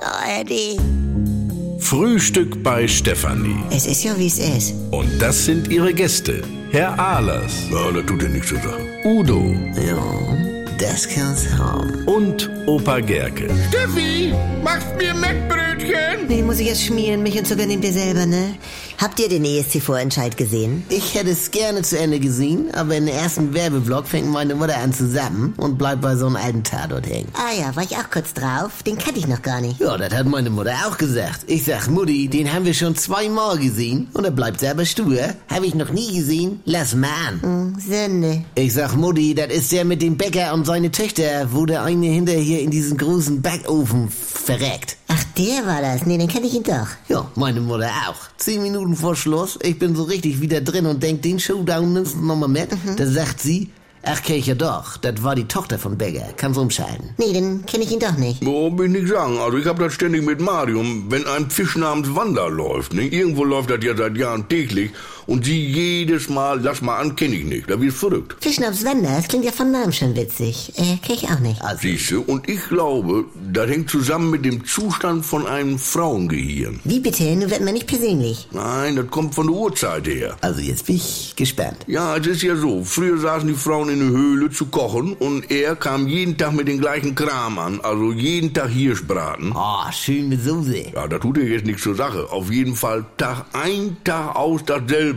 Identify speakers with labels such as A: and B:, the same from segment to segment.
A: ARD.
B: Frühstück bei Stefanie.
A: Es ist ja, wie es ist.
B: Und das sind ihre Gäste. Herr Ahlers,
C: Ja, das tut dir nichts zu sagen.
B: Udo
A: Ja, das kann's haben.
B: und Opa Gerke.
D: Steffi, machst mir Mettbrötchen?
A: Nee, muss ich jetzt schmieren. Mich und Zucker nehmt ihr selber, ne? Habt ihr den ESC-Vorentscheid gesehen?
E: Ich hätte es gerne zu Ende gesehen, aber in der ersten Werbeblock fängt meine Mutter an zu zappen und bleibt bei so einem alten Tatort hängen.
A: Ah ja, war ich auch kurz drauf. Den kannte ich noch gar nicht.
E: Ja, das hat meine Mutter auch gesagt. Ich sag, Mutti, den haben wir schon zweimal gesehen und er bleibt selber stur. Hab ich noch nie gesehen, lass mal an.
A: Hm, Sünde.
E: Ich sag, Mutti, das ist der mit dem Bäcker und seine Töchter, wo der eine hinterher in diesen großen Backofen verreckt.
A: Ach, der war das. Nee, den kannte ich ihn doch.
E: Ja, meine Mutter auch. Zehn Minuten vor Schluss, ich bin so richtig wieder drin und denk, den Showdown nimmst du nochmal mit. Da sagt sie, ach Kirche doch, das war die Tochter von Beggar, kannst umschalten.
A: Nee, den kenne ich ihn doch nicht.
C: Boah, will ich nicht sagen. Also ich hab das ständig mit Marium, wenn ein Fisch namens Wanda läuft. Ne? Irgendwo läuft das ja seit Jahren täglich und sie jedes Mal, lass mal an, kenn ich nicht. Da wird verrückt.
A: Fischnaps Wender, das klingt ja von Namen schon witzig. Äh, kenne ich auch nicht.
E: Also,
C: Siehste, und ich glaube, das hängt zusammen mit dem Zustand von einem Frauengehirn.
A: Wie bitte? Nun wird man nicht persönlich.
C: Nein, das kommt von der Uhrzeit her.
E: also jetzt bin ich gespannt.
C: Ja, es ist ja so. Früher saßen die Frauen in der Höhle zu kochen und er kam jeden Tag mit dem gleichen Kram an. Also jeden Tag Hirschbraten.
E: Oh, schön mit Soße.
C: Ja, da tut er jetzt nichts zur Sache. Auf jeden Fall Tag ein, Tag aus dasselbe.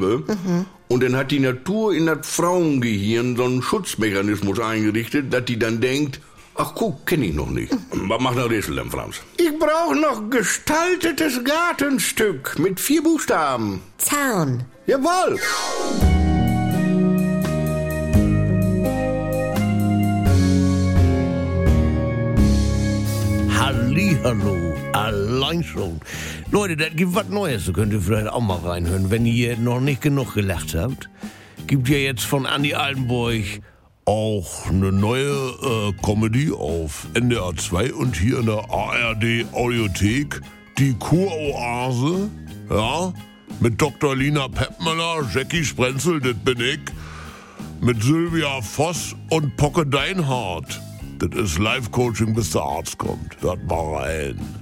C: Und dann hat die Natur in das Frauengehirn so einen Schutzmechanismus eingerichtet, dass die dann denkt, ach guck, kenne ich noch nicht. Was macht der Rätsel denn, Franz? Ich brauche noch gestaltetes Gartenstück mit vier Buchstaben.
A: Zaun.
C: Jawohl.
D: Hallihallo, allein schon. Leute, das gibt was Neues, da könnt ihr vielleicht auch mal reinhören. Wenn ihr noch nicht genug gelacht habt, gibt ja jetzt von Andy Altenburg auch eine neue äh, Comedy auf NDR 2 und hier in der ARD Audiothek. Die Kuroase, ja, mit Dr. Lina Peppmüller, Jackie Sprenzel, das bin ich, mit Sylvia Voss und Pocke Deinhardt. Das ist Live-Coaching, bis der Arzt kommt. Hört mal rein.